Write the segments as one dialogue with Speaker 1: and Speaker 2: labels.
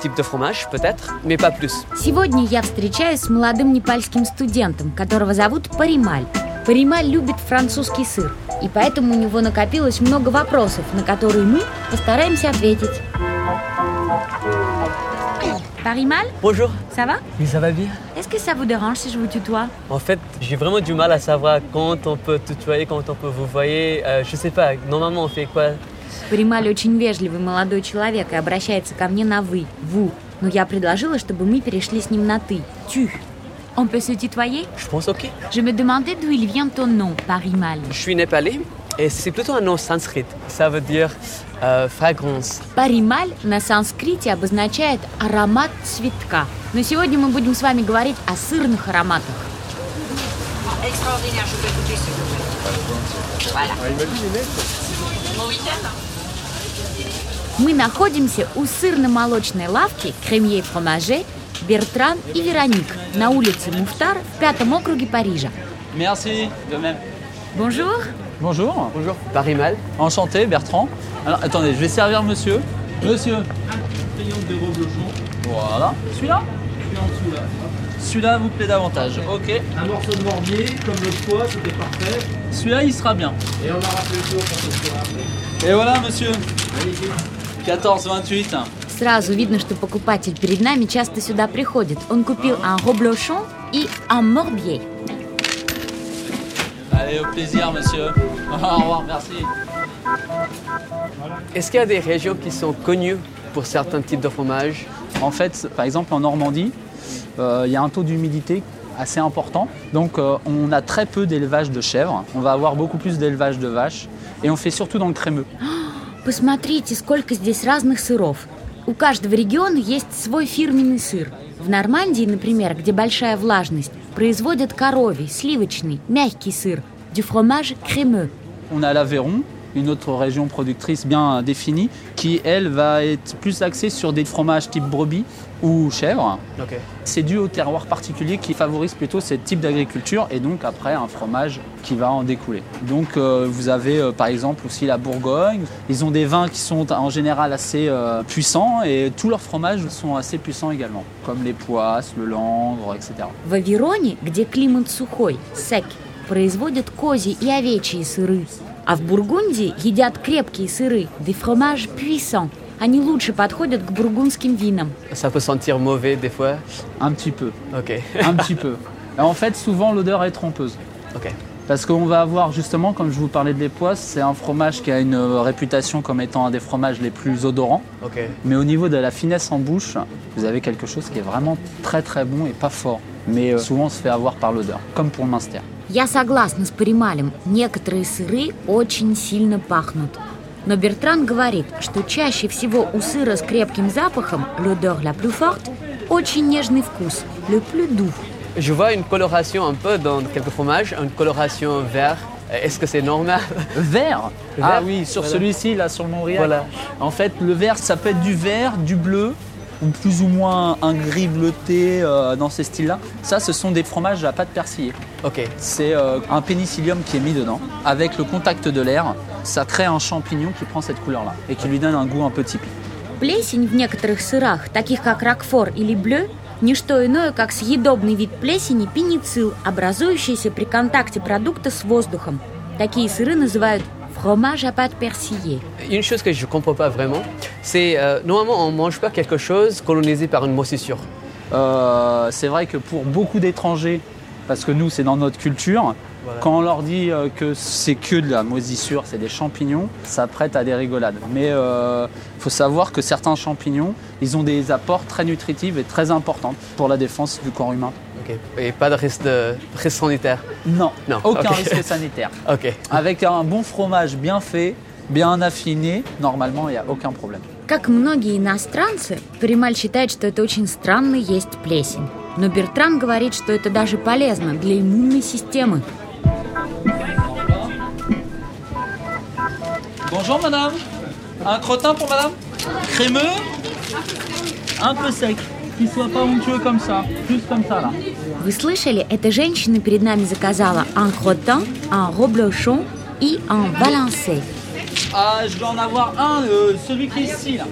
Speaker 1: types de fromages peut-être, mais pas plus.
Speaker 2: Сегодня я встречаюсь с молодым непальским студентом, которого зовут Парималь. Парималь любит французский сыр, и поэтому у него накопилось много вопросов, на которые мы постараемся ответить. Парималь,
Speaker 1: Bonjour,
Speaker 2: ça va?
Speaker 1: oui ça va bien
Speaker 2: Est-ce que ça vous dérange si je vous tutoie?
Speaker 1: En fait, j'ai vraiment du mal à savoir quand on peut tutoyer, quand on peut vous voyez. Euh, je sais pas, normalement on fait quoi
Speaker 2: Парималь очень вежливый молодой человек и обращается ко мне на «вы», «ву». Но я предложила, чтобы мы перешли с ним на «ты», «тю». Он peut se tutoyer?
Speaker 1: Je pense ok.
Speaker 2: Je me demandais d'où il vient ton nom, Parimal.
Speaker 1: Je suis népalais et c'est plutôt un nom sanskrit. Ça veut dire euh, fragrance.
Speaker 2: Парималь на санскрите обозначает аромат цветка. Но сегодня мы будем с вами говорить о сырных ароматах.
Speaker 3: Extraordinaire, je peux goûter s'il vous plaît.
Speaker 2: Мы находимся у сырно-молочной лавки Кремье Фромаже, Бертран и Вероник на улице Муфтар в пятом округе Парижа.
Speaker 4: Merci, de même.
Speaker 2: Bonjour.
Speaker 4: Bonjour. Bonjour.
Speaker 1: Parimal.
Speaker 4: Enchanté, Bertrand. Alors, attendez, je vais servir monsieur. Monsieur. Un de Voilà. Celui-là Celui-là vous plaît davantage. Ok.
Speaker 5: Un morceau de morbier, comme l'autre fois, c'était parfait.
Speaker 4: Celui-là, il sera bien.
Speaker 5: Et on a rappelé le tour pour ce soir.
Speaker 4: Et voilà, monsieur. 14,28.
Speaker 2: Сразу видно, что покупатель перед нами часто сюда приходит. Он купил un робляшон и un морбье.
Speaker 4: Allez, au plaisir, monsieur. Au revoir, merci.
Speaker 1: Est-ce qu'il y a des régions qui sont connues pour certains types de fromages
Speaker 4: En fait, par exemple, en Normandie, euh, il y a un taux d'humidité assez important. Donc, euh, on a très peu d'élevage de chèvres. On va avoir beaucoup plus d'élevage de vaches. Et on fait surtout dans le crémeux.
Speaker 2: Посмотрите, сколько здесь разных сыров. У каждого региона есть свой фирменный сыр. В Нормандии, например, где большая влажность, производят коровий, сливочный, мягкий сыр, du fromage crémeux.
Speaker 4: On a l'Aveyron, une autre région productrice bien définie, qui elle va être plus axée sur des fromages type brebis ou chèvre.
Speaker 1: Ok.
Speaker 4: C'est dû au terroir particulier qui favorise plutôt ce type d'agriculture et donc après un fromage qui va en découler. Donc euh, vous avez euh, par exemple aussi la Bourgogne, ils ont des vins qui sont en général assez euh, puissants et tous leurs fromages sont assez puissants également, comme les poisses, le langre, etc.
Speaker 2: В Авероне, где климат сухой, сек, производят козьи и овечьи сыры. А в Бургундии едят крепкие сыры, des fromages puissants. Они лучше подходят к бургундским винам.
Speaker 1: Ça peut sentir mauvais des fois.
Speaker 4: Un petit peu,
Speaker 1: Ok.
Speaker 4: un petit peu. En fait souvent l'odeur est trompeuse.
Speaker 1: Ok.
Speaker 4: Parce qu'on va avoir justement, comme je vous parlais de les poisses, c'est un fromage qui a une euh, réputation comme étant un des fromages les plus odorants.
Speaker 1: Ok.
Speaker 4: Mais au niveau de la finesse en bouche, vous avez quelque chose qui est vraiment très très bon et pas fort. Mais euh, souvent on se fait avoir par l'odeur, comme pour le minster.
Speaker 2: Я согласна с Парималем, некоторые сыры очень сильно пахнут. Но Бертран говорит, что чаще всего у сыра с крепким запахом l'odeur la plus forte очень нежный вкус, le plus doux.
Speaker 1: Je vois une coloration un peu dans quelques fromages, une coloration vert. Est-ce que c'est normal
Speaker 4: Vert
Speaker 1: Le
Speaker 4: Ah
Speaker 1: vert,
Speaker 4: oui, sur
Speaker 1: voilà.
Speaker 4: celui-ci, là, sur mon Mauriac.
Speaker 1: Voilà.
Speaker 4: En fait, le vert, ça peut être du vert, du bleu, ou plus ou moins un gris bleuté euh, dans ces styles-là. Ça, ce sont des fromages à pâte persillée.
Speaker 1: Ok.
Speaker 4: C'est euh, un pénicillium qui est mis dedans. Avec le contact de l'air, ça crée un champignon qui prend cette couleur-là et qui lui donne un goût un peu typique.
Speaker 2: Плесень в некоторых сырах, таких как ракфор или блю, не что иное, как съедобный вид плесени пеницилл, образующийся при контакте продукта с воздухом. Такие сыры называют fromage à pâte persillée.
Speaker 1: Une chose que je ne comprends pas vraiment, c'est euh, normalement on ne mange pas quelque chose colonisé par une moisissure.
Speaker 4: Euh, c'est vrai que pour beaucoup d'étrangers, parce que nous, c'est dans notre culture, quand on leur dit euh, que c'est que de la moisissure, c'est des champignons, ça prête à des rigolades. Mais il faut savoir que certains champignons, ils ont des apports très nutritifs et très importants pour la défense du corps humain.
Speaker 1: Ok. Et pas de risque, de risque sanitaire.
Speaker 4: Non,
Speaker 1: Non,
Speaker 4: aucun
Speaker 1: ok.
Speaker 4: risque sanitaire.
Speaker 1: Ok.
Speaker 4: Avec un bon fromage bien fait, bien affiné, normalement, il n'y a aucun problème.
Speaker 2: Как многие иностранцы, Прималь считает, что это очень странно есть плесень. Но Бертран говорит, что это даже полезно для иммунной системы.
Speaker 6: Bonjour madame. Un crottin pour madame Crémeux Un peu sec. Qu'il soit pas onctueux comme ça. Juste comme ça là.
Speaker 2: Вы слышали, эта женщина перед нами заказала un crottin, un reblochon и un balancé.
Speaker 6: Ah, je vais en avoir un, euh, celui qui est ici là.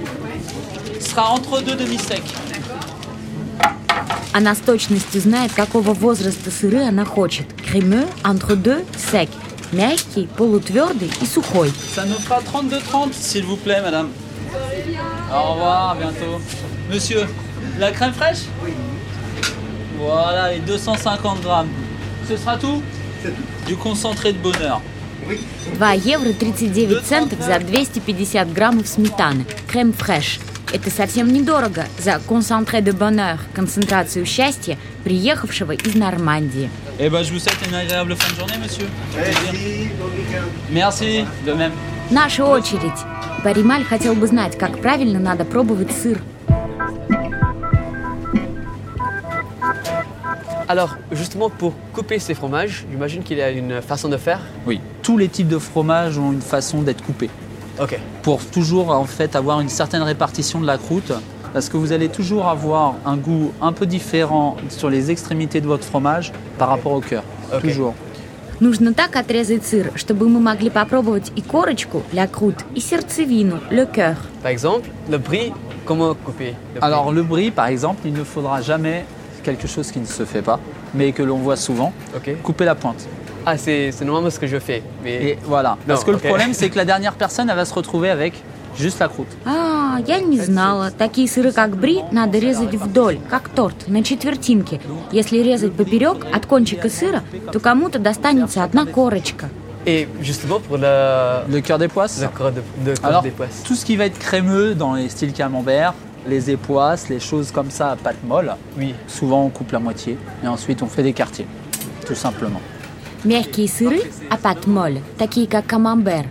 Speaker 6: Il sera entre deux demi-secs.
Speaker 2: Она с точностью знает, какого возраста сыры она хочет. Кремeux, entre deux, sec. Мягкий, полутвердый и сухой.
Speaker 6: Ça nous fera 32,30 s'il vous plaît madame. Au revoir, à bientôt. Monsieur, la crème fraîche Oui. Voilà les 250 grammes. Ce sera tout Du concentré de bonheur.
Speaker 2: 2 евро 39 центов за 250 граммов сметаны. Крем фреш. Это совсем недорого за концентре de bonheur, концентрацию счастья, приехавшего из Нормандии.
Speaker 6: Eh ben, je vous souhaite une agréable fin de journée, monsieur. Merci, Merci, de même.
Speaker 2: Наша очередь. Барималь хотел бы знать, как правильно надо пробовать сыр.
Speaker 1: Alors, justement, pour couper ces fromages, j'imagine qu'il y a une façon de faire.
Speaker 4: Oui, tous les types de fromages ont une façon d'être coupés.
Speaker 1: Ok.
Speaker 4: pour toujours en fait avoir une certaine répartition de la croûte parce que vous allez toujours avoir un goût un peu différent sur les extrémités de votre fromage par rapport au cœur.
Speaker 1: Ok.
Speaker 4: Toujours.
Speaker 2: Нужно так отрезать сыр, чтобы мы могли попробовать и корочку, la croûte, и сердцевину, le cœur.
Speaker 1: Par exemple, le brie, comment couper le brie
Speaker 4: Alors le brie par exemple, il ne faudra jamais quelque chose qui ne se fait pas mais que l'on voit souvent,
Speaker 1: Ok.
Speaker 4: couper la pointe.
Speaker 1: Ah, c'est c'est normalement ce que je fais. Mais
Speaker 4: Et voilà. Parce que
Speaker 1: ok.
Speaker 4: le problème c'est que la dernière personne elle va se retrouver avec juste la croûte.
Speaker 2: А, я не знала. Такие сыры, как бри, надо резать вдоль, как торт, на четвертинки. Если резать поперек от кончика сыра, то кому-то достанется одна корочка.
Speaker 1: Et justement, pour le,
Speaker 4: Le cœur des poisses
Speaker 1: le corps de, le corps
Speaker 4: Alors,
Speaker 1: des poisses.
Speaker 4: tout ce qui va être crémeux dans les styles camembert, les époisses, les choses comme ça à pâte molle,
Speaker 1: Oui.
Speaker 4: Souvent, on coupe la moitié et ensuite on fait des quartiers, tout simplement.
Speaker 2: Мягкие сыры, а патмоль, такие как камамбер,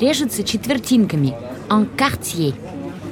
Speaker 2: режутся четвертинками, en quartier.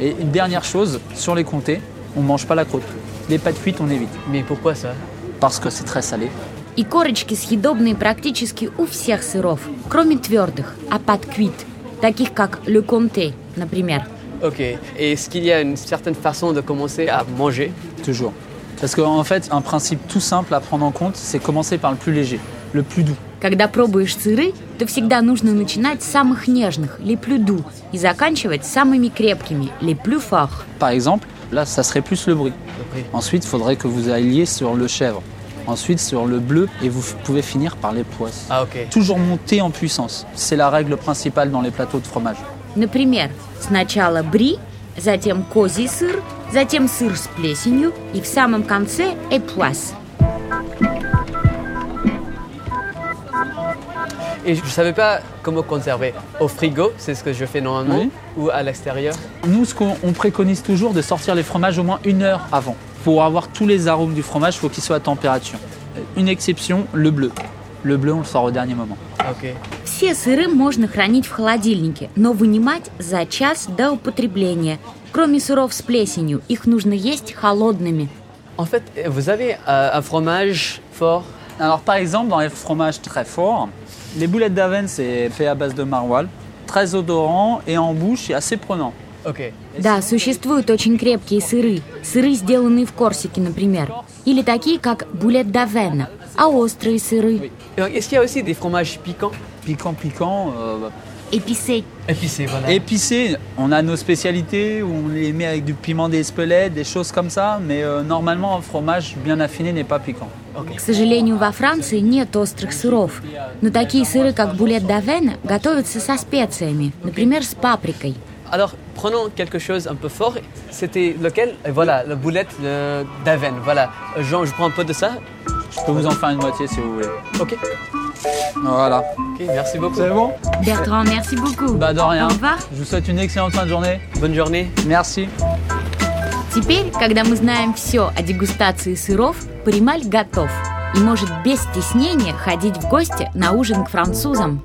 Speaker 4: Et une dernière chose, sur les comtés, on mange pas la croûte. Les pâtes cuites, on évite
Speaker 1: Mais pourquoi ça
Speaker 4: parce que c'est très salé.
Speaker 2: И корочки съедобные практически у всех сыров, кроме твердых, а квит, таких как le comté, например.
Speaker 1: Ok. Et est-ce qu'il y a une certaine façon de commencer à manger
Speaker 4: Toujours. Parce qu'en fait, un principe tout simple à prendre en compte, c'est commencer par le plus léger, le plus doux.
Speaker 2: Когда пробуешь сыры, то всегда нужно начинать с самых нежных, леплюду, и заканчивать самыми крепкими, леплюфах.
Speaker 4: Par exemple, là, ça serait plus le brie.
Speaker 1: brie.
Speaker 4: Ensuite, il faudrait que vous alliez sur le chèvre. Ensuite, sur le bleu, et vous f- pouvez finir par les poisses.
Speaker 1: Ah, ok.
Speaker 4: Toujours monter en puissance. C'est la règle principale dans les plateaux de fromage.
Speaker 2: Например, сначала бри, затем козий сыр, затем сыр с плесенью и в самом конце эпуас.
Speaker 1: Et je ne savais pas comment conserver. Au frigo, c'est ce que je fais normalement,
Speaker 4: Oui.
Speaker 1: ou à l'extérieur.
Speaker 4: Nous, ce qu'on on préconise toujours, de sortir les fromages au moins une heure avant. Pour avoir tous les arômes du fromage, il faut qu'ils soient à température. Une exception, le bleu. Le bleu, on le sort au dernier moment.
Speaker 1: Ah, ok.
Speaker 2: Все сыры можно хранить в холодильнике, но вынимать за час до употребления. Кроме сыров с плесенью, их нужно есть холодными.
Speaker 1: En fait, vous avez euh, un fromage fort.
Speaker 4: Alors, par exemple, dans les fromages très forts, les boulettes d'avoine, c'est fait à base de maroilles. Très odorant et en bouche, et assez prenant.
Speaker 1: Ok.
Speaker 2: Да, существуют очень крепкие сыры. Сыры, сделанные в Корсике, например. Или такие, как булет давена. А острые сыры?
Speaker 1: Et donc, Est-ce qu'il y a aussi des fromages piquants
Speaker 4: Piquant, piquant. euh,
Speaker 2: Эписе.
Speaker 1: Épicés, voilà.
Speaker 4: épicé, on a nos spécialités où on les met avec du piment d'Espelette, des choses comme ça, mais euh, normalement, un fromage bien affiné n'est pas piquant.
Speaker 2: К сожалению, во Франции нет острых сыров. Но такие сыры, как булет давена, готовятся со специями. Например, с паприкой.
Speaker 1: Alors, prenons quelque chose un peu fort. C'était lequel Et Voilà, la boulette euh, d'avenne. Voilà. Euh, Jean, je prends un peu de ça.
Speaker 4: Je peux vous en faire une moitié si vous voulez.
Speaker 1: Ok.
Speaker 4: Voilà.
Speaker 1: Ok, merci beaucoup.
Speaker 4: bon
Speaker 2: Бертран, merci beaucoup.
Speaker 4: Bah de rien.
Speaker 2: Au revoir.
Speaker 4: Je vous souhaite une excellente fin de journée.
Speaker 1: Bonne journée.
Speaker 4: Merci.
Speaker 2: Теперь, когда мы знаем все о дегустации сыров, Прималь готов и может без стеснения ходить в гости на ужин к французам.